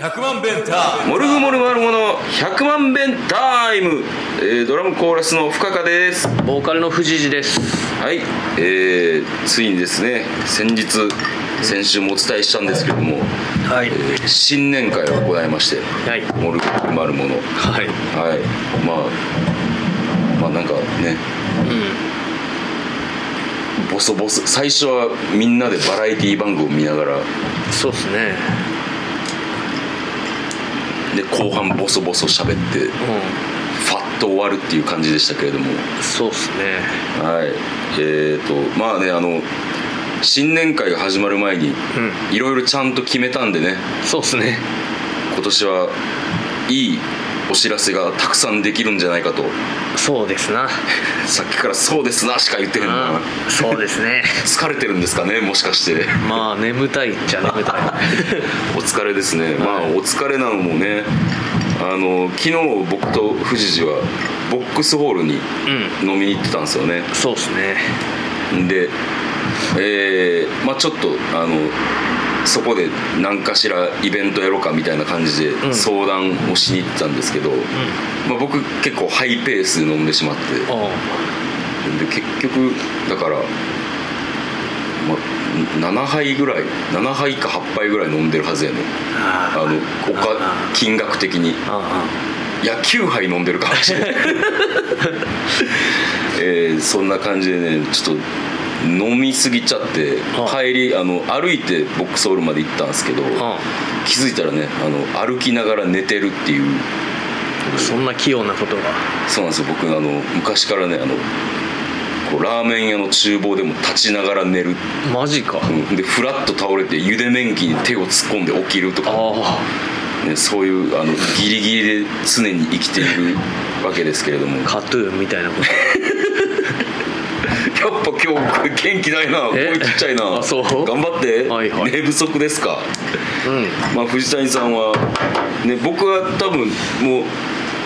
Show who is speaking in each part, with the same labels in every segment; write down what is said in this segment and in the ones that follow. Speaker 1: 100万弁タ
Speaker 2: モルグモルマルモの100万弁タイム、えードラムコーラスの深川です
Speaker 3: ボーカルの藤次です
Speaker 2: はい、えーついにですね先日先週もお伝えしたんですけども、
Speaker 3: はい
Speaker 2: えー新年会を行いまして、
Speaker 3: はい
Speaker 2: モルグモルマルモのはい
Speaker 3: はい
Speaker 2: まあまあなんかねボソボソ最初はみんなでバラエティ番組を見ながら
Speaker 3: そうっすね
Speaker 2: で後半ボソボソ喋って
Speaker 3: う
Speaker 2: ファッと終わるっていう感じでしたけれども
Speaker 3: んそうっすね
Speaker 2: はいえー、とまあねあの新年会が始まる前に
Speaker 3: う
Speaker 2: いろいろちゃんと決めたんでね
Speaker 3: んそうっすね
Speaker 2: 今年はいいお知らせがたくさんできるんじゃないかと
Speaker 3: そうですな
Speaker 2: さっきから「そうですな」しか言ってへんな
Speaker 3: うんそうですね
Speaker 2: 疲れてるんですかねもしかして
Speaker 3: まあ眠たいっちゃ眠たい
Speaker 2: お疲れですね、まあお疲れなのもねあの昨日僕と藤次はボックスホールに
Speaker 3: う
Speaker 2: 飲みに行ってたんですよね、
Speaker 3: そうっすね
Speaker 2: で、えーまあ、ちょっとあのそこで何かしらイベントやろうかみたいな感じ
Speaker 3: う
Speaker 2: で
Speaker 3: ん
Speaker 2: 相談をしに行ってたんですけど、まあ、僕結構ハイペースで飲んでしまって
Speaker 3: うんおう
Speaker 2: で結局だから、まあ、7杯ぐらい7杯か8杯ぐらい飲んでるはずやねあ
Speaker 3: あ
Speaker 2: のおか
Speaker 3: あ
Speaker 2: 金額的に
Speaker 3: ああ
Speaker 2: いや9杯飲んでるかも しれない、えーそんな感じでねちょっと飲みすぎちゃって
Speaker 3: は
Speaker 2: 帰りあの歩いてボックスホールまで行ったんですけど
Speaker 3: あ
Speaker 2: 気づいたらねあの歩きながら寝てるっていう
Speaker 3: あそんな器用なことが
Speaker 2: そうなんですよ僕あの昔からねあのこうラーメン屋の厨房でも立ちながら寝る、
Speaker 3: マジか
Speaker 2: うんでフラッと倒れてゆで麺機に手を突っ込んで起きるとか
Speaker 3: あ
Speaker 2: ね、そういうあのギリギリで常に生きているわけですけれども
Speaker 3: あ
Speaker 2: やっ
Speaker 3: カトゥーンみたいなこと
Speaker 2: ぱ今日元気ないな
Speaker 3: え
Speaker 2: 声ちっちゃいな
Speaker 3: あそう
Speaker 2: 頑張って、
Speaker 3: はいはい
Speaker 2: 寝不足ですか、
Speaker 3: うん
Speaker 2: まあ、藤谷さんは、ね、僕は多分もう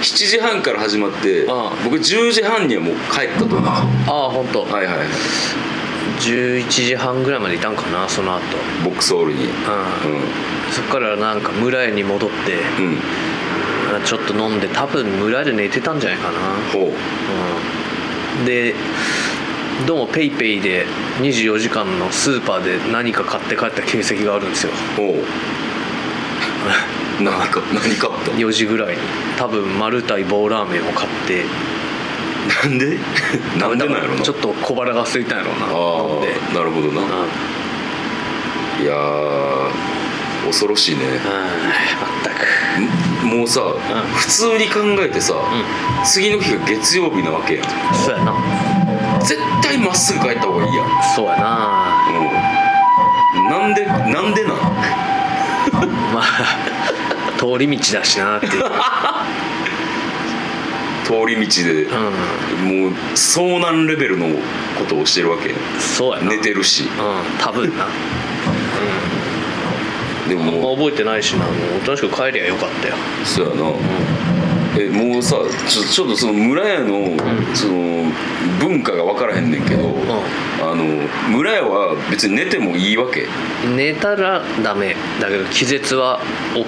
Speaker 2: 7時半から始まって
Speaker 3: ああ
Speaker 2: 僕10時半にはもう帰ったと思うは
Speaker 3: ああ本当。
Speaker 2: いはいはい
Speaker 3: 11時半ぐらいまでいたんかなその後
Speaker 2: ボックスホールに
Speaker 3: そっからなんか村へに戻って
Speaker 2: うん、うん、
Speaker 3: あちょっと飲んで多分村で寝てたんじゃないかな、
Speaker 2: ほう
Speaker 3: うん、でどうも PayPay ペイペイで24時間のスーパーで何か買って帰った形跡があるんですよ
Speaker 2: ほう 何か何かあっ
Speaker 3: 4時ぐらいに多分マルタイ棒ラーメンを買って
Speaker 2: たなん でなんでなんやろな
Speaker 3: ちょっと小腹が空いたんやろうな飲んで
Speaker 2: ああなるほどな、
Speaker 3: うんうん
Speaker 2: いやー恐ろしいね
Speaker 3: まったく
Speaker 2: んもうさ、普通に考えてさ、
Speaker 3: ん
Speaker 2: 次の日が月曜日なわけやん
Speaker 3: そうやな
Speaker 2: 絶対まっすぐ帰った方がいいやん
Speaker 3: そうやな
Speaker 2: うんなんでなんでなん
Speaker 3: まあ 通り道だしなっていう、うん、
Speaker 2: 通り道で、もう遭難レベルのことをしてるわけやん
Speaker 3: そうやな
Speaker 2: 寝てるし
Speaker 3: うん多分な、
Speaker 2: でも
Speaker 3: うん、ま
Speaker 2: も
Speaker 3: あ覚えてないしなもうおとなしく帰りゃよかったよ
Speaker 2: うそうやな、えもうさちょちょっとその村屋の、その文化が分からへんねんけど、あの村屋は別に寝てもいいわけ
Speaker 3: 寝たらダメだけど気絶は OK って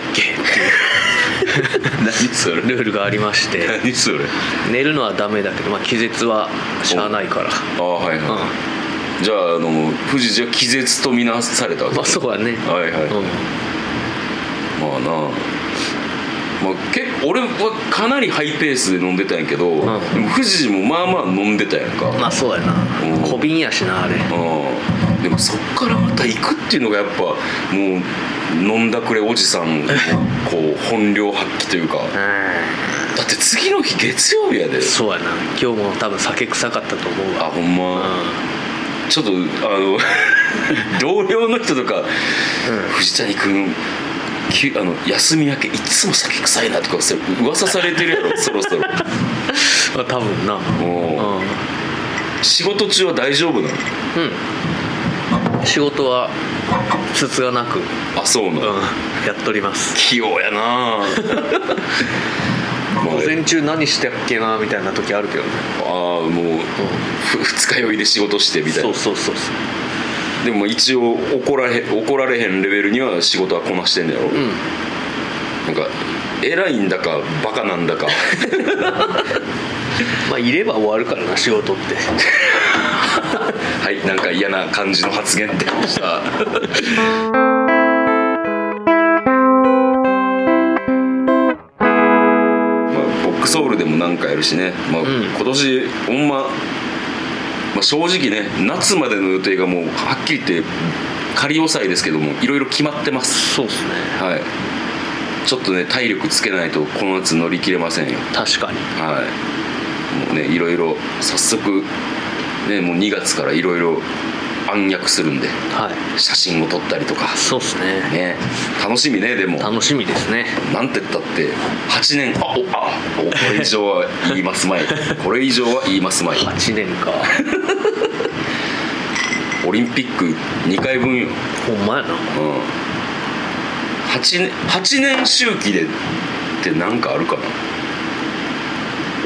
Speaker 2: 何それ
Speaker 3: いうルールがありまし て
Speaker 2: 何それ
Speaker 3: 寝るのはダメだけど、まあ、気絶はしゃあないか
Speaker 2: あ
Speaker 3: ら
Speaker 2: あはい
Speaker 3: うん
Speaker 2: はい、じゃああの富士じゃ気絶とみなされたわけ
Speaker 3: まあそうやね
Speaker 2: はいはい、
Speaker 3: うん
Speaker 2: まあなまあ、け俺はかなりハイペースで飲んでたんやけど、でも富士もまあまあ飲んでたやんか、
Speaker 3: まあそうやな
Speaker 2: うん
Speaker 3: 小瓶やしなあれ
Speaker 2: うんでもそっからまた行くっていうのがやっぱもう飲んだくれおじさ んのこう本領発揮というかだ
Speaker 3: う
Speaker 2: って次の日月曜日やで
Speaker 3: んそうやな今日も多分酒臭かったと思う
Speaker 2: あ
Speaker 3: わ
Speaker 2: ほんま、ちょっとあの 同僚の人とか、藤谷君きあの休み明けいつも酒臭いなとかそれ噂されてるや ろそろそろ
Speaker 3: うん、まあ多分な
Speaker 2: もう
Speaker 3: うん
Speaker 2: 仕事中は大丈夫なの
Speaker 3: うん、仕事はつつがなく、
Speaker 2: あそうな
Speaker 3: うん
Speaker 2: の、、
Speaker 3: やっとり ます
Speaker 2: 器用やなま
Speaker 3: 午
Speaker 2: あ
Speaker 3: 前中何してっけなみたいな時あるけどね、
Speaker 2: ああもう
Speaker 3: う
Speaker 2: ふ二日酔いで仕事してみたい
Speaker 3: そ
Speaker 2: な
Speaker 3: うそうそうそう
Speaker 2: でも一応怒らへ怒られへんレベルには仕事はこなしてんだやろ、
Speaker 3: ん
Speaker 2: なんか偉いんだかバカなんだか
Speaker 3: まあいれば終わるからな仕事って
Speaker 2: はいなんか嫌な感じの発言 でしたまあ、ボックスホールでも何回やるしね、まあ
Speaker 3: ん
Speaker 2: 今年ほんま、まあ正直ね夏までの予定がもうはっきり言って仮押さえですけどもいろいろ決まってます
Speaker 3: そうっすね
Speaker 2: はいちょっとね体力つけないとこの夏乗り切れませんよ
Speaker 3: 確かに
Speaker 2: はいもうねいろいろ早速ねもう2月からいろいろ暗躍するんで
Speaker 3: はい
Speaker 2: 写真を撮ったりとか
Speaker 3: そうっすね
Speaker 2: ね楽しみねでも
Speaker 3: 楽しみですね
Speaker 2: なんて言ったって8年あおあおこれ以上は言います まいこれ以上は言いますまい
Speaker 3: 8年か
Speaker 2: オリンピック2回分よ、
Speaker 3: ほんまやな
Speaker 2: うん、8, 年8年周期でって何かあるかな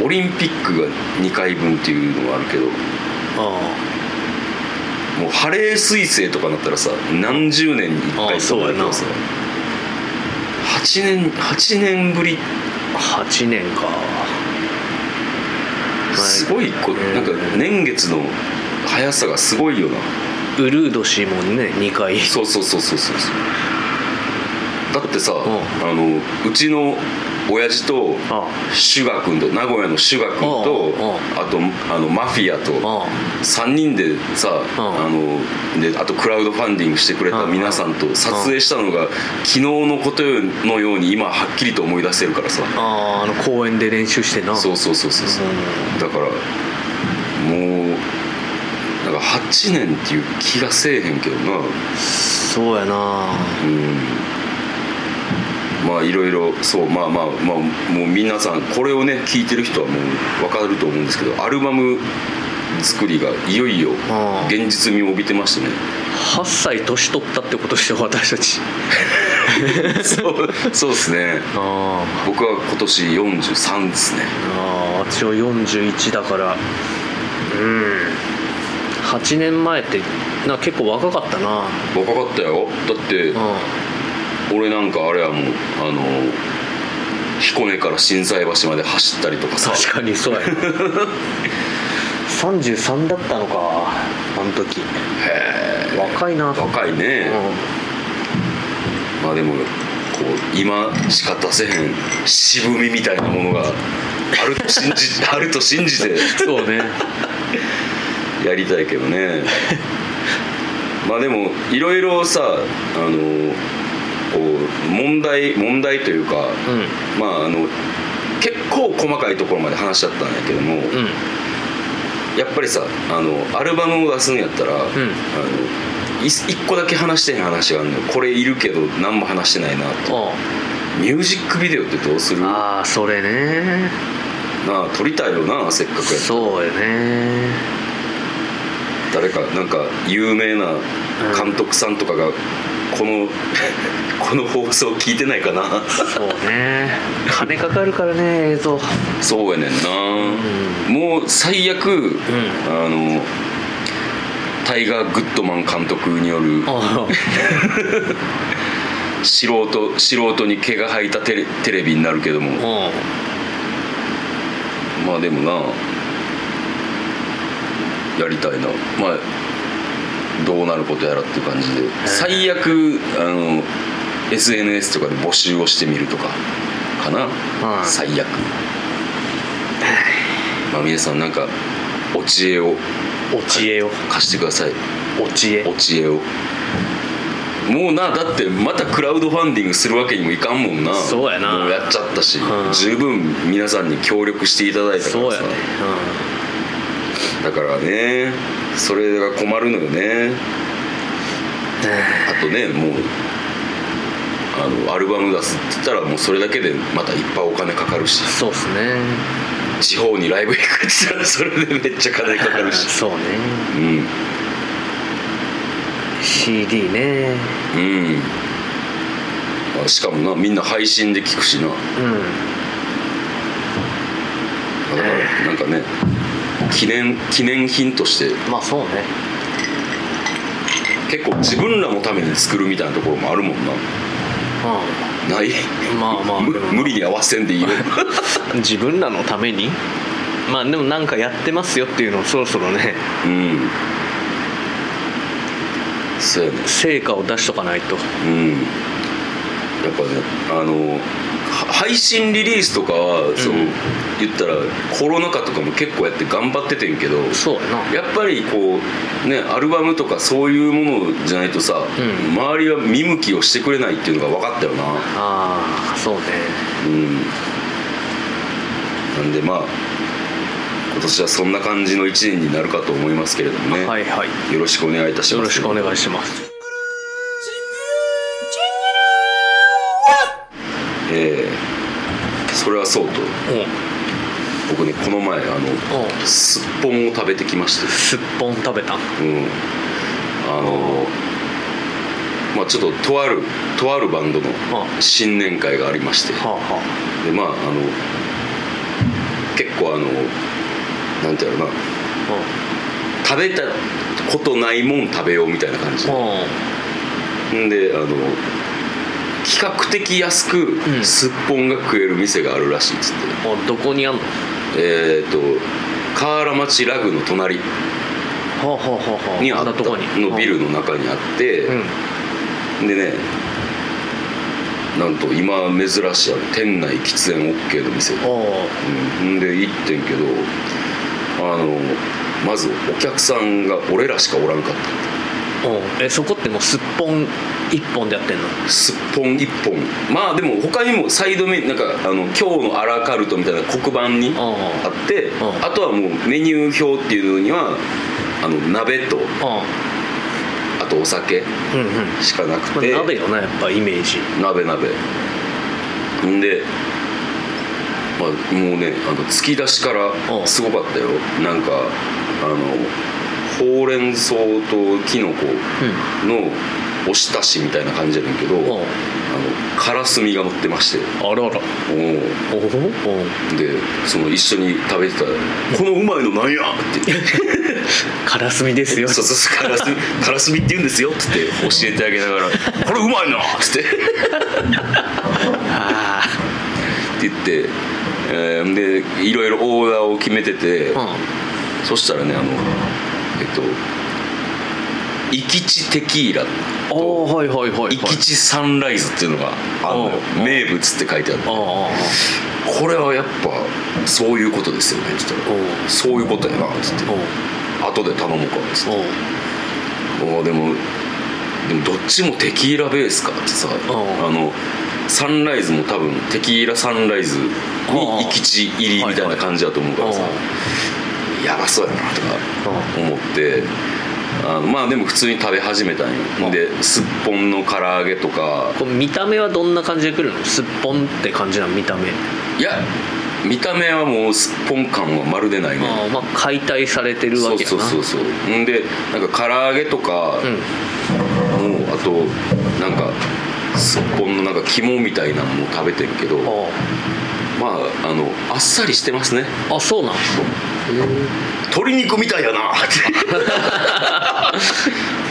Speaker 2: オリンピックが2回分っていうのはあるけど
Speaker 3: あ
Speaker 2: もうハレー彗星とかなったらさ何十年に1
Speaker 3: ああ
Speaker 2: 回
Speaker 3: そうやな
Speaker 2: さ8年8年ぶり
Speaker 3: あ8年か
Speaker 2: すごいこ
Speaker 3: うん
Speaker 2: なんか年月の速さがすごいよな
Speaker 3: ウルード氏もね2回
Speaker 2: そうそうそうそうそうそうだってさ、うんあのうちの親父と
Speaker 3: あ
Speaker 2: シュガ君と名古屋のシュガ君と
Speaker 3: うんうん
Speaker 2: あとあのマフィアと
Speaker 3: あ
Speaker 2: 3人でさ
Speaker 3: うん
Speaker 2: あのであとクラウドファンディングしてくれた皆さんと撮影したのが昨日のことのように今はっきりと思い出せるからさ
Speaker 3: あああの公園で練習してな
Speaker 2: そうそうそうそうそうだからもうなんか8年っていう気がせえへんけどな
Speaker 3: そうやな
Speaker 2: うんまあいろいろそうまあまあまあもう皆さんこれをね聞いてる人はもう分かると思うんですけどアルバム作りがいよいよ
Speaker 3: ああ
Speaker 2: 現実味を帯びてましてね
Speaker 3: 8歳年取ったってことでしょ私たち
Speaker 2: そうそうですね
Speaker 3: あ
Speaker 2: 僕は今年43ですね
Speaker 3: あ私は41だからうん8年前ってな結構若かったな
Speaker 2: 若かったよだって
Speaker 3: う
Speaker 2: 俺なんかあれはもうあの彦根から心斎橋まで走ったりとか
Speaker 3: ん
Speaker 2: さ
Speaker 3: 確かにそうや33だったのかあの時
Speaker 2: へえ
Speaker 3: 若いな
Speaker 2: 若いね、まあでもこう今しか出せへん渋みみたいなものがあると信 じあると信じて
Speaker 3: そうね
Speaker 2: やりたいけど ねまあでもいろいろさあのこう問題問題というか、
Speaker 3: う
Speaker 2: まああの結構細かいところまで話しちゃったんやけども、
Speaker 3: んうん
Speaker 2: やっぱりさあのアルバムを出すんやったら、あのい一個だけ話してへん話があるのよこれいるけど何も話してないなとミュージックビデオってどうするな
Speaker 3: ああそれね
Speaker 2: あ撮りたいよなせっかくやったら
Speaker 3: そうよね
Speaker 2: 誰かなんか有名な監督さんとかがこの この放送聞いてないかな
Speaker 3: そうね金かかるからね映像
Speaker 2: そうやねんな、もう最悪、あのタイガー・グッドマン監督による
Speaker 3: あ
Speaker 2: 素人素人に毛が生えたテレテレビになるけども
Speaker 3: あうん
Speaker 2: まあでもなやりたいなまあどうなることやらっていう感じで最悪あの SNS とかで募集をしてみるとかかな、
Speaker 3: い
Speaker 2: 最悪まあ皆さんなんかお知恵を
Speaker 3: お知恵を
Speaker 2: 貸してください
Speaker 3: お知恵
Speaker 2: お知恵をもうなだってまたクラウドファンディングするわけにもいかんもんな
Speaker 3: そうやな
Speaker 2: もうやっちゃったし、
Speaker 3: うん
Speaker 2: 十分皆さんに協力していただいたか
Speaker 3: そう
Speaker 2: ら
Speaker 3: や
Speaker 2: さ、
Speaker 3: ね
Speaker 2: だからねそれが困るのよねあとねもうあのアルバム出すって言ったらもうそれだけでまたいっぱいお金かかるし
Speaker 3: うんそうっすね
Speaker 2: 地方にライブ行くって言ったらそれでめっちゃ金かかる し
Speaker 3: そうね
Speaker 2: うん
Speaker 3: CD ね
Speaker 2: うんあしかもなみんな配信で聞くしな
Speaker 3: うん
Speaker 2: だからなんかね記念記念品として
Speaker 3: まあそうね
Speaker 2: 結構自分らのために作るみたいなところもあるもんなない
Speaker 3: まあまあ
Speaker 2: む
Speaker 3: でも
Speaker 2: 無理に合わせんでい いよ
Speaker 3: うん自分らのためにまあでもなんかやってますよっていうのをそろそろね
Speaker 2: うんそうやね
Speaker 3: 成果を出しとかないと
Speaker 2: うんやっぱねあのは配信リリースとかはその、
Speaker 3: うん
Speaker 2: 言ったらコロナ禍とかも結構やって頑張っててんけど
Speaker 3: そうやな
Speaker 2: やっぱりこうねアルバムとかそういうものじゃないとさ、
Speaker 3: ん
Speaker 2: 周りは見向きをしてくれないっていうのが分かったよな
Speaker 3: ああそうね
Speaker 2: うんなんでまあ今年はそんな感じの1年になるかと思いますけれどもね、
Speaker 3: はいはい
Speaker 2: よろしくお願いいたします
Speaker 3: よろしくお願いします
Speaker 2: えーそれはそうと
Speaker 3: おう
Speaker 2: 僕ねこの前あ
Speaker 3: おう
Speaker 2: のすっぽんを食べてきまして
Speaker 3: すっぽん食べたん
Speaker 2: うんあのまあちょっととあるとあるバンドの
Speaker 3: あ
Speaker 2: 新年会がありまして
Speaker 3: はあは
Speaker 2: でまああの結構あのなんていうのかな
Speaker 3: あ
Speaker 2: 食べたことないもん食べようみたいな感じ
Speaker 3: うんうん
Speaker 2: んであの比較的安く
Speaker 3: うん
Speaker 2: すっぽんが食える店があるらしいっつって、
Speaker 3: あどこにあんのは
Speaker 2: えっ、と河原町ラグの隣
Speaker 3: あはあは
Speaker 2: にあ
Speaker 3: あん
Speaker 2: った
Speaker 3: なとこに
Speaker 2: のビルの中にあって、
Speaker 3: うん
Speaker 2: でねなんと今珍しいあの店内喫煙 OK の店、
Speaker 3: お
Speaker 2: うん、んで行ってんけどあのまずお客さんが俺らしかおらんかっ
Speaker 3: おえそこってもうすっぽん一本でやってんの
Speaker 2: たすっぽん一本まあでも他にもサイドメニューなんかあの「今日のアラカルト」みたいな黒板にあ
Speaker 3: あ
Speaker 2: って
Speaker 3: うん
Speaker 2: あとはもうメニュー表っていうのにはあの鍋と
Speaker 3: あ
Speaker 2: あとお酒
Speaker 3: うんうん
Speaker 2: しかなく
Speaker 3: まあ
Speaker 2: て
Speaker 3: 鍋よなやっぱイメージ
Speaker 2: 鍋鍋んで、まあ、もうねあの突き出しか
Speaker 3: う
Speaker 2: ら
Speaker 3: ん
Speaker 2: すごかったよなんかあのほうれん草ときのこ
Speaker 3: う
Speaker 2: のおひたしみたいな感じやねんけどあ
Speaker 3: ん
Speaker 2: のからすみが乗ってまして
Speaker 3: あらあ
Speaker 2: お
Speaker 3: ら
Speaker 2: う
Speaker 3: おおお
Speaker 2: でその一緒に食べてたら「このうまいのなんや!」って言って
Speaker 3: からすみですよ
Speaker 2: そうそうそう、からす み、からすみって言うんですよっつって、教えてあげながら、これうまいなっつって。って言って、えーで、いろいろオーダーを決めてて、
Speaker 3: うん
Speaker 2: そしたらね、あの、えっと。イキチテキーラ
Speaker 3: ああはいはいはいはい
Speaker 2: イキチサンライズっていうのがあるのよ
Speaker 3: うん
Speaker 2: 名物って書いてある
Speaker 3: ああああ
Speaker 2: これはやっぱそういうことですよねって言った
Speaker 3: う
Speaker 2: らそういうことやなっつって
Speaker 3: おう
Speaker 2: 後で頼むからっつって
Speaker 3: おう
Speaker 2: おーでもでもどっちもテキーラベースかってさ
Speaker 3: ん
Speaker 2: あのサンライズも多分テキーラサンライズに行き地入りみたいな感じだと思うからさ
Speaker 3: はいは
Speaker 2: やばそうやなとか思ってあのまあでも普通に食べ始めたんよですっぽんの唐揚げとか
Speaker 3: こう見た目はどんな感じで来るのすっぽんって感じなの見た目
Speaker 2: いや見た目はもうすっぽん感はまるでないね
Speaker 3: ああまあ解体されてる
Speaker 2: そ
Speaker 3: わ
Speaker 2: う
Speaker 3: けや
Speaker 2: そう
Speaker 3: な
Speaker 2: そうそううんでなんか唐揚げとか、
Speaker 3: うん
Speaker 2: もうあとなんかすっぽんのなんか肝みたいなのも食べてるけどまああのあっさりしてますね
Speaker 3: あああそうなん
Speaker 2: 鶏肉みたいやなって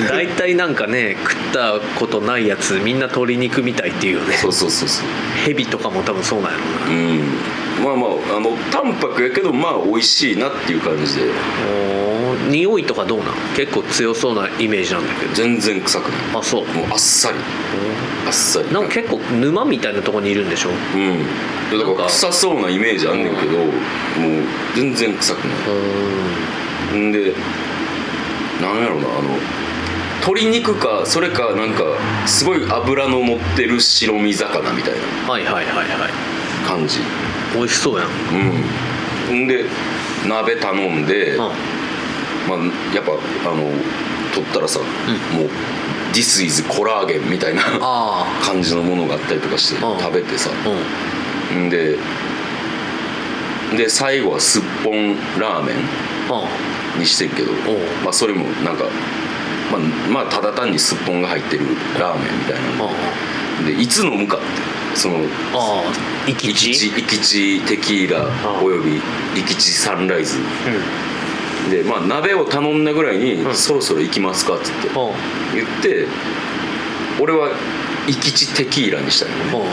Speaker 3: 大体なんかね食ったことないやつみんな鶏肉みたいっていうよね
Speaker 2: そうそうそうそう
Speaker 3: 蛇とかも多分そうなんやろ
Speaker 2: う
Speaker 3: う
Speaker 2: んまあまああの淡白やけどまあ美味しいなっていう感じで
Speaker 3: なおー匂いとかどうなん結構強そうなイメージなんだけ
Speaker 2: 全然臭くない
Speaker 3: どあそう
Speaker 2: もうあっさりあっさり
Speaker 3: なんか結構沼みたいなとこにいるんでしょ
Speaker 2: うんいやだ
Speaker 3: なん
Speaker 2: か
Speaker 3: から
Speaker 2: 臭そうなイメージあんねんけど、もう全然臭くないんでなんやろうなあの鶏肉かそれかなんかすごい脂の乗ってる白身魚みたいな
Speaker 3: はいはいはいはい
Speaker 2: 感じ
Speaker 3: 美味しそうやん
Speaker 2: うんんで鍋頼んで、
Speaker 3: うん
Speaker 2: まあ、やっぱあの取ったらさ、もう「This is コラーゲン」みたいな
Speaker 3: あ
Speaker 2: 感じのものがあったりとかして
Speaker 3: うん
Speaker 2: 食べてさ、
Speaker 3: うん
Speaker 2: んでで最後はすっぽんラーメン
Speaker 3: う
Speaker 2: にしてるけど
Speaker 3: う、
Speaker 2: まあ、それもなんか、まあ、まあただ単にすっぽんが入ってるラーメンみたい
Speaker 3: んうん
Speaker 2: なでいつ飲むかってその
Speaker 3: ああ
Speaker 2: イ
Speaker 3: き
Speaker 2: キチイキチテキーラ
Speaker 3: あ
Speaker 2: およびイキチサンライズ
Speaker 3: う
Speaker 2: で、まあ、鍋を頼んだぐらいに、
Speaker 3: うん
Speaker 2: そろそろ行きますかっつって
Speaker 3: うんうん
Speaker 2: 言って俺は行き地テキーラにしたのよね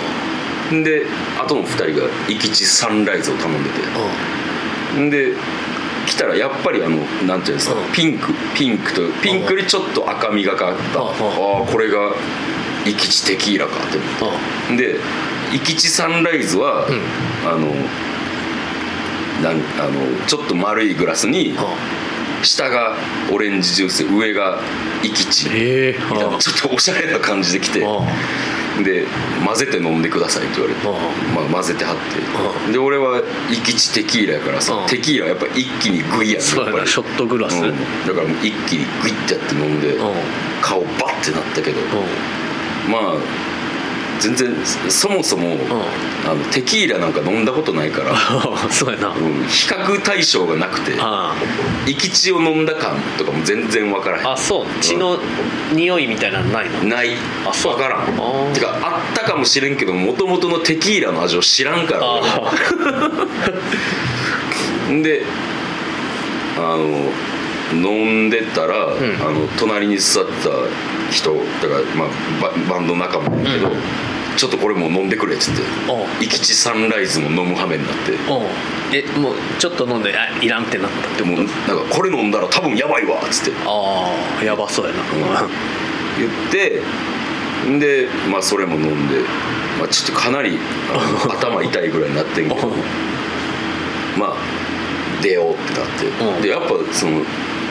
Speaker 2: であとの2人が行き地サンライズを頼んでてんで来たらやっぱりあのなんていうんですか
Speaker 3: うん
Speaker 2: ピンクピンクとピンクにちょっと赤みがかった
Speaker 3: うん
Speaker 2: ああこれが行き地テキーラかってで行き地サンライズは、
Speaker 3: うん
Speaker 2: あのなんあのちょっと丸いグラスに下がオレンジジュース上が生き地み
Speaker 3: ええ
Speaker 2: たいなちょっとおしゃれな感じで来てで混ぜて飲んでくださいって言われて、まあ、混ぜてはってで俺は生き地テキーラやから
Speaker 3: う
Speaker 2: さ
Speaker 3: ん
Speaker 2: テキーラやっぱ一気にグイやん
Speaker 3: そ
Speaker 2: や
Speaker 3: う
Speaker 2: っ
Speaker 3: や
Speaker 2: ぱ
Speaker 3: な
Speaker 2: り
Speaker 3: ショットグラス
Speaker 2: う
Speaker 3: うんん
Speaker 2: だからもう一気にグイってやって飲んで顔バッてなったけどまあ全然そもそもあのテキーラなんか飲んだことないから
Speaker 3: そうやな
Speaker 2: うん比較対象がなくて
Speaker 3: あ
Speaker 2: 生き地を飲んだ感とかも全然わからへん
Speaker 3: ああそう血の匂いみたいなのないの
Speaker 2: ない
Speaker 3: あそう
Speaker 2: 分から
Speaker 3: あー
Speaker 2: んてかあったかもしれんけどもともとのテキーラの味を知らんから俺は
Speaker 3: あ
Speaker 2: んであの飲んでたら、
Speaker 3: ん
Speaker 2: あの隣に座ってた人だから、まあ、ババンドの仲間だけど、
Speaker 3: うん
Speaker 2: ちょっとこれもう飲んでくれっつって
Speaker 3: おう
Speaker 2: 生き地サンライズも飲む羽目になって
Speaker 3: おうえもうちょっと飲んであいらんってなったっ
Speaker 2: で
Speaker 3: て
Speaker 2: もなんかこれ飲んだら多分やばいわっつって
Speaker 3: ああやばそうやな
Speaker 2: 言ってんで、まあ、それも飲んで、まあ、ちょっとかなり あの頭痛いぐらいになってんけどまあ出ようってなって、
Speaker 3: うん
Speaker 2: でやっぱその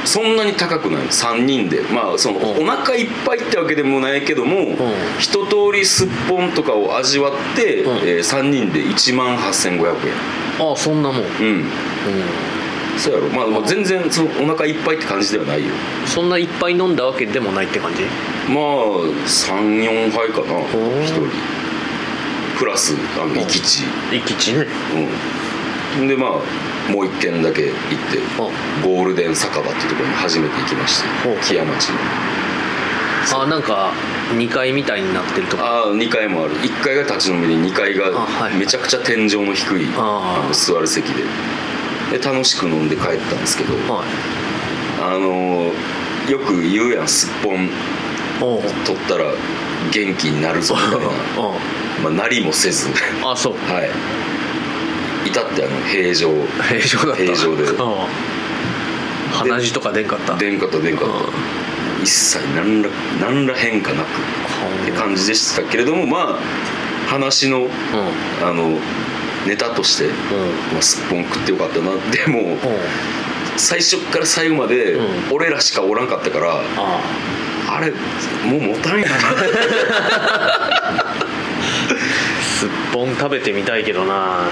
Speaker 2: そんなに高くない3人でまあその、
Speaker 3: うん
Speaker 2: お腹いっぱいってわけでもないけども、一通りすっぽんとかを味わって、
Speaker 3: うん
Speaker 2: え3人で1万8500
Speaker 3: ああそんなもん、うん、
Speaker 2: 円うんそうやろ、まあ、まあ全然そのお腹いっぱいって感じではないよ
Speaker 3: そんないっぱい飲んだわけでもないって感じ
Speaker 2: まあ34杯かな
Speaker 3: ー
Speaker 2: 1人プラスあの
Speaker 3: ん
Speaker 2: 行き地
Speaker 3: 生き血ね
Speaker 2: うんでまあもう1軒だけ行ってゴールデン酒場っていうところに初めて行きまし
Speaker 3: ほう
Speaker 2: て木屋町に
Speaker 3: ああなんか2階みたいになってるとか
Speaker 2: ああ2階もある1階が立ち飲みで2階が
Speaker 3: あはい
Speaker 2: めちゃくちゃ天井の低い
Speaker 3: あー
Speaker 2: あの座る席でで楽しく飲んで帰ったんですけど
Speaker 3: はい
Speaker 2: あのーよく言うやんすっぽん
Speaker 3: おう
Speaker 2: 取ったら元気になるぞみたいなまあなりもせず
Speaker 3: ああそう
Speaker 2: はい至ってあの平常
Speaker 3: 平常だった
Speaker 2: 平常で
Speaker 3: うん鼻血とか出んかった
Speaker 2: 出んかった出んか
Speaker 3: う
Speaker 2: っ
Speaker 3: ん
Speaker 2: た一切何ら何ら変化なくって感じでしたけれどもまあ話の
Speaker 3: うん
Speaker 2: あのネタとして、まあ、すっぽん食ってよかったなでも
Speaker 3: うん
Speaker 2: 最初から最後まで
Speaker 3: う
Speaker 2: 俺らしかおらんかったから
Speaker 3: あ
Speaker 2: あれもうもたん やな
Speaker 3: あすっぽん食べてみたいけどな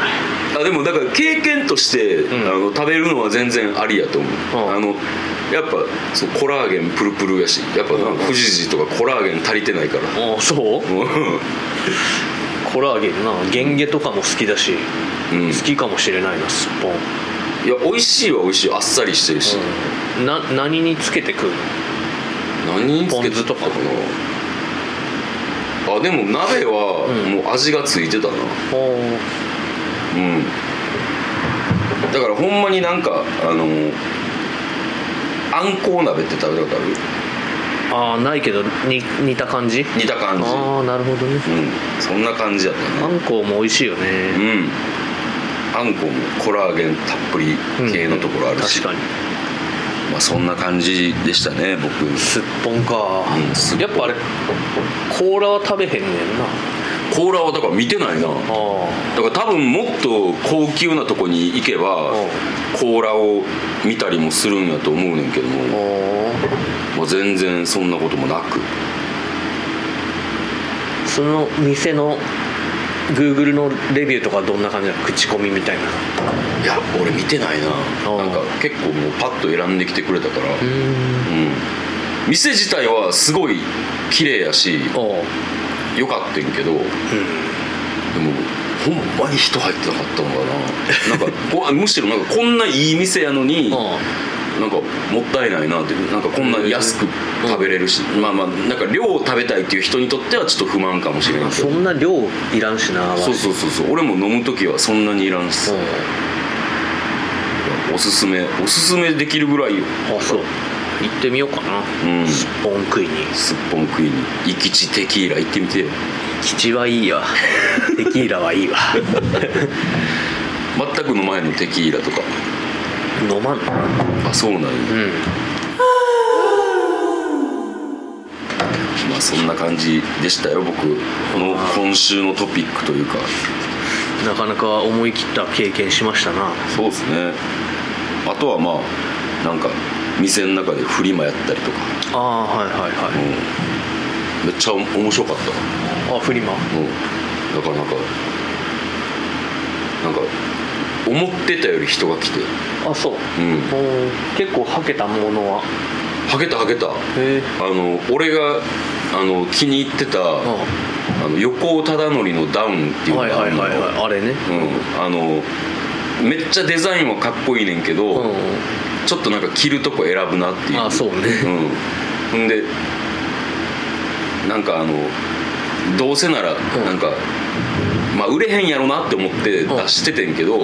Speaker 2: あでもだから経験として、
Speaker 3: ん
Speaker 2: あの食べるのは全然ありやと思う、
Speaker 3: うん
Speaker 2: あのやっぱそうコラーゲンプルプルやしやっぱなんか富士寺とかコラーゲン足りてないから
Speaker 3: ああそうコラーゲンなゲンゲとかも好きだし
Speaker 2: うん、うん、い
Speaker 3: 好きかもしれないなすっぽん
Speaker 2: や美味 しいは美味しいあっさりしてるし、
Speaker 3: うんな何につけて食うの
Speaker 2: 何につけ
Speaker 3: ポン酢
Speaker 2: て
Speaker 3: と
Speaker 2: た
Speaker 3: か
Speaker 2: かなあでも鍋は
Speaker 3: うん
Speaker 2: もう味がついてたなうん、だからほんまになんかあのあんこう鍋って食べたことある
Speaker 3: ああないけどに似た感じ
Speaker 2: 似た感じ
Speaker 3: ああなるほどね
Speaker 2: うんそんな感じやった
Speaker 3: あ
Speaker 2: なうん
Speaker 3: こうも美味しいよね
Speaker 2: んあんこもコラーゲンたっぷり系のところあるし、
Speaker 3: 確かに
Speaker 2: まあ、そんな感じでしたね僕
Speaker 3: すっぽんか、
Speaker 2: うんすっぽん
Speaker 3: やっぱあれ甲羅は食べへんねんな
Speaker 2: コーラはだから見てないなだか
Speaker 3: あ
Speaker 2: ら多分もっと高級なとこに行けば
Speaker 3: うん
Speaker 2: コーラを見たりもするんやと思うねんけども、
Speaker 3: あ
Speaker 2: まあ、全然そんなこともなく
Speaker 3: その店の Google のレビューとかどんな感じなの口コミみたいない
Speaker 2: や俺見てないな
Speaker 3: あー
Speaker 2: なんか結構もうパッと選んできてくれたからうん
Speaker 3: ん
Speaker 2: 店自体はすごい綺麗やし
Speaker 3: おう
Speaker 2: 良かったんけどでもほんまに人入ってなかったの かななんかこむしろなんかこんないい店やのに
Speaker 3: うん
Speaker 2: なんかもったいないなってなんかこんな安く食べれるしまあまあなんか量を食べたいっていう人にとってはちょっと不満かもしれないけ
Speaker 3: そ
Speaker 2: ど
Speaker 3: んな量いらんしな
Speaker 2: そうそうそうそう俺も飲む時はそんなにいらんし
Speaker 3: うん
Speaker 2: 美おすすめおすすめできるぐらいよ
Speaker 3: あそう行ってみようかな
Speaker 2: うん
Speaker 3: すっぽん食いに
Speaker 2: すっぽん食いに生き地テキーラ行ってみてよ
Speaker 3: 吉はいいわテキーラはいいわ
Speaker 2: 全くの前のテキーラとか
Speaker 3: 飲まんの
Speaker 2: あそうなんや
Speaker 3: うん
Speaker 2: まあそんな感じでしたよ僕この今週のトピックというか
Speaker 3: なかなか思い切った経験しましたな
Speaker 2: そうですねあとはまあなんか店の中でフリマやったりとか、
Speaker 3: ああはいはいは
Speaker 2: うん、めっちゃ面白かったわ
Speaker 3: いあフリマ
Speaker 2: うんだからなんかなんか思ってたより人が来て
Speaker 3: あそう、
Speaker 2: ん
Speaker 3: おー結構はけたものは
Speaker 2: ハゲたハゲたあ
Speaker 3: へえ
Speaker 2: の俺があの気に入ってたあの横尾忠則のダウンっていうの
Speaker 3: はい
Speaker 2: があ
Speaker 3: はい
Speaker 2: るの
Speaker 3: はい
Speaker 2: よ
Speaker 3: はいあれね
Speaker 2: うんあのめっちゃデザインはかっこいいねんけど、
Speaker 3: うん、
Speaker 2: ちょっとなんか着るとこ選ぶなっていう
Speaker 3: あそうね
Speaker 2: うん、ほんでなんかあのどうせなら
Speaker 3: ん
Speaker 2: なんか、まあ売れへんやろなって思って出しててんけど、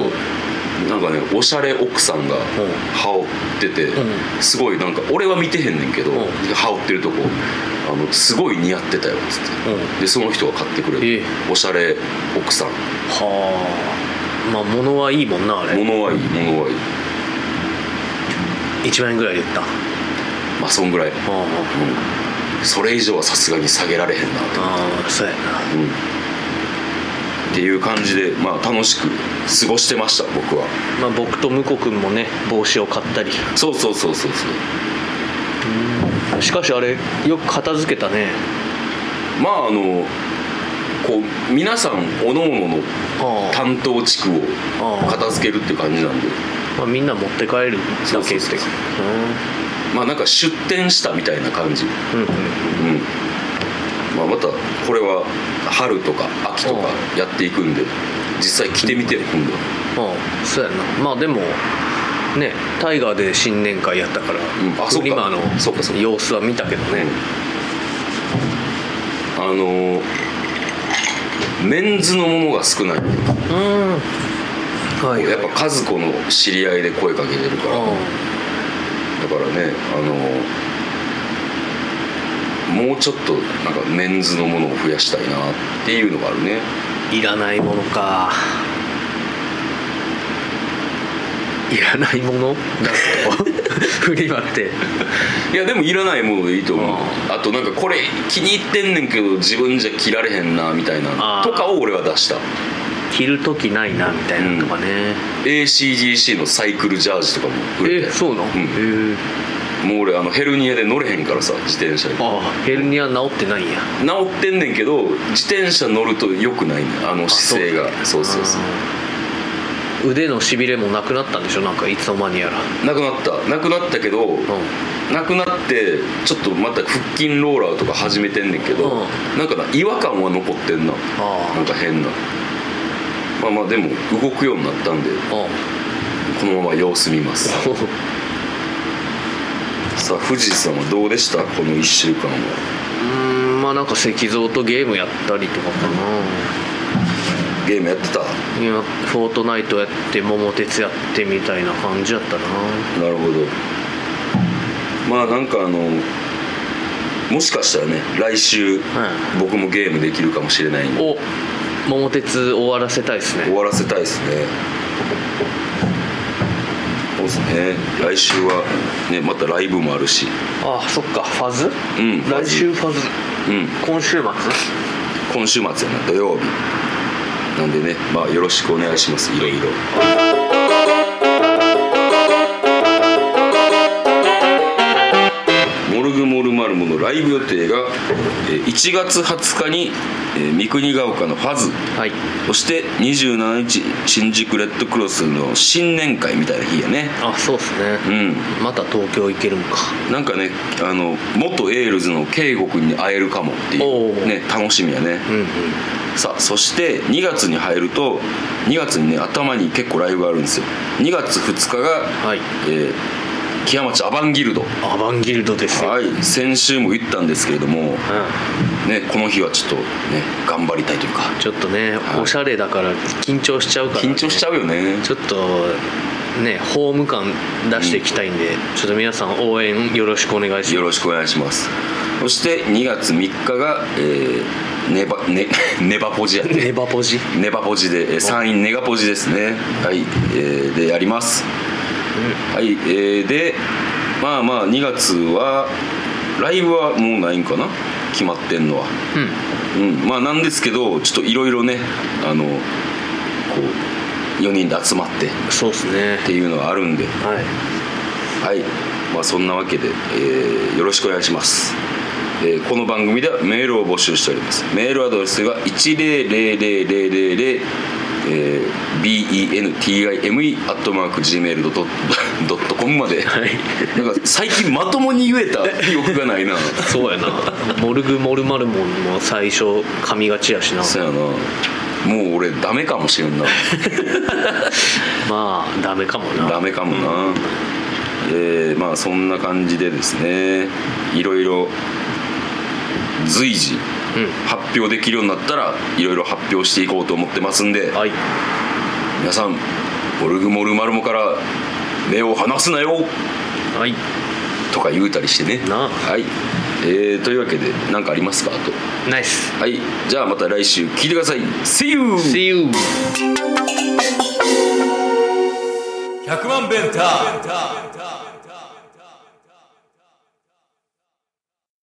Speaker 2: なんかねおしゃれ奥さんが羽織ってて、
Speaker 3: う
Speaker 2: すごいなんか俺は見てへんねんけど、
Speaker 3: ん
Speaker 2: 羽織ってるとこあのすごい似合ってたよっつって、
Speaker 3: うん
Speaker 2: でその人が買ってくれ
Speaker 3: え
Speaker 2: て、
Speaker 3: え
Speaker 2: おしゃれ奥さん
Speaker 3: はあまあ物はいいもんなあれ
Speaker 2: 物はいい物はいい
Speaker 3: 1万円ぐらいで言った
Speaker 2: まあそんぐらい、
Speaker 3: あ
Speaker 2: うんそれ以上はさすがに下げられへんな
Speaker 3: あああそうやな
Speaker 2: うんっていう感じで、まあ、楽しく過ごしてました僕は
Speaker 3: まあ僕と向こう君もね帽子を買ったり
Speaker 2: そうそうそうそうそう
Speaker 3: しかしあれよく片付けたね
Speaker 2: まああのこう皆さんおののの
Speaker 3: ああ、
Speaker 2: 担当地区
Speaker 3: あ
Speaker 2: を
Speaker 3: あ
Speaker 2: 片付けるっていう感じなんで
Speaker 3: まあ、みんな持って帰る
Speaker 2: そ
Speaker 3: だ
Speaker 2: う
Speaker 3: け
Speaker 2: そう
Speaker 3: って
Speaker 2: そうまあなんか出店したみたいな感じ
Speaker 3: うんうん
Speaker 2: うんまあ、またこれは春とか秋とかやっていくんで実際着てみてよ今度
Speaker 3: ああそうやなまあでもねタイガーで新年会やったから、
Speaker 2: んあそうか
Speaker 3: 今の
Speaker 2: そうかそうか
Speaker 3: 様子は見たけどね
Speaker 2: あのメンズのものが少ない
Speaker 3: うんはい
Speaker 2: やっぱ和子の知り合いで声かけてるからだからねあのもうちょっとなんかメンズのものを増やしたいなっていうのがあるね
Speaker 3: いらないものかいらないも の出すとフリマって
Speaker 2: いやでもいらないものでいいと思うあとなんかこれ気に入ってんねんけど自分じゃ着られへんなみたい
Speaker 3: あ
Speaker 2: な
Speaker 3: ー
Speaker 2: とかを俺は出した
Speaker 3: 着る時ないなみたいなのとかね、
Speaker 2: ACDC のサイクルジャージとかも売れて
Speaker 3: そうなの、
Speaker 2: ん
Speaker 3: え
Speaker 2: もう俺あのヘルニアで乗れへんからさ自転車に
Speaker 3: ああヘルニア治ってないんや
Speaker 2: 治ってんねんけど自転車乗ると良くないねんあの姿勢がそうそうそう
Speaker 3: あー腕のしびれもなくなったんでしょなんかいつの間にやら
Speaker 2: なくなったなくなったけど、なくなってちょっとまた腹筋ローラーとか始めてんねんけど、
Speaker 3: うん
Speaker 2: なんかな違和感は残ってんな
Speaker 3: あ
Speaker 2: なんか変なまあまあでも動くようになったんで
Speaker 3: あ
Speaker 2: このまま様子見ますさあ富士山はどうでしたこの1週間は
Speaker 3: うんまあなんか石像とゲームやったりとかかな
Speaker 2: ゲームやってた
Speaker 3: いやフォートナイトやって桃鉄やってみたいな感じやったな
Speaker 2: なるほどまあなんかあのもしかしたらね来週
Speaker 3: は
Speaker 2: 僕もゲームできるかもしれないんで
Speaker 3: お桃鉄終わらせたいです
Speaker 2: 終
Speaker 3: ね
Speaker 2: わらせたいですねそうですね来週はねまたライブもあるし
Speaker 3: あそっかファズ
Speaker 2: うん
Speaker 3: 来週ファズ
Speaker 2: うん
Speaker 3: 今週末
Speaker 2: 今週末やな土曜日なんでねまあよろしくお願いしますいろいろモルグモルマルモのライブ予定がえー1月20日にえー三国ヶ丘のファズ
Speaker 3: はい
Speaker 2: そして27日新宿レッドクロスの新年会みたいな日やね
Speaker 3: あそうっすね
Speaker 2: うん
Speaker 3: また東京行けるんか
Speaker 2: なんかねあの元エールズの圭吾君に会えるかもってい
Speaker 3: お
Speaker 2: う、
Speaker 3: ー
Speaker 2: ね、楽しみやね、
Speaker 3: うんうん
Speaker 2: さあそして2月に入ると2月にね頭に結構ライブがあるんですよ2月2日が、
Speaker 3: はい
Speaker 2: えー木屋町アバンギルド
Speaker 3: アバンギルドですよ、
Speaker 2: はい先週も言ったんですけれども、
Speaker 3: う
Speaker 2: ね、この日はちょっとね頑張りたいというか
Speaker 3: ん、ちょっとね、
Speaker 2: い
Speaker 3: おしゃれだから緊張しちゃうから、ね、
Speaker 2: 緊張しちゃ
Speaker 3: う
Speaker 2: うよね
Speaker 3: ちょっとねホーム感出していきたいんで、ちょっと皆さん応援よろしくお願いし
Speaker 2: よ
Speaker 3: ま
Speaker 2: ろしくお願いしますそして2月3日が、えーネバネ ネバポジやっ
Speaker 3: す
Speaker 2: て
Speaker 3: ネバポジ
Speaker 2: ネバポジでえー山陰ネガポジですねはい、えーでやります、はい、えーでまあまあ2月はライブはもうないんかな決まってんのは
Speaker 3: うん
Speaker 2: うんまあなんですけどちょっといろいろねあのこう4人で集まってっ
Speaker 3: そうっすね
Speaker 2: ていうのはあるんで
Speaker 3: は
Speaker 2: は
Speaker 3: い
Speaker 2: い、まあ、そんなわけで、えーよろしくお願いします、えーこの番組ではメールを募集しておりますメールアドレスが100000 bentime.gmail.com まで、
Speaker 3: はい
Speaker 2: なんか最近まともに言えた記憶がないな
Speaker 3: そうやなモルグモルマルモンも最初髪がちやしな
Speaker 2: そうやなもう俺ダメかもしれんな
Speaker 3: まあダメかもな
Speaker 2: ダメかもな、えーまあそんな感じでですねいろいろ随時
Speaker 3: う
Speaker 2: 発表できるようになったらいろいろ発表していこうと思ってますんで
Speaker 3: んはい
Speaker 2: 皆さん「モルグモルマルモ」から「目を離すなよ
Speaker 3: はい」
Speaker 2: とか言うたりしてね
Speaker 3: なあ
Speaker 2: はい、えーというわけで何かありますかあと
Speaker 3: ナイス
Speaker 2: はいじゃあまた来週聞いてください See you!
Speaker 3: See you!
Speaker 1: 100万ベンター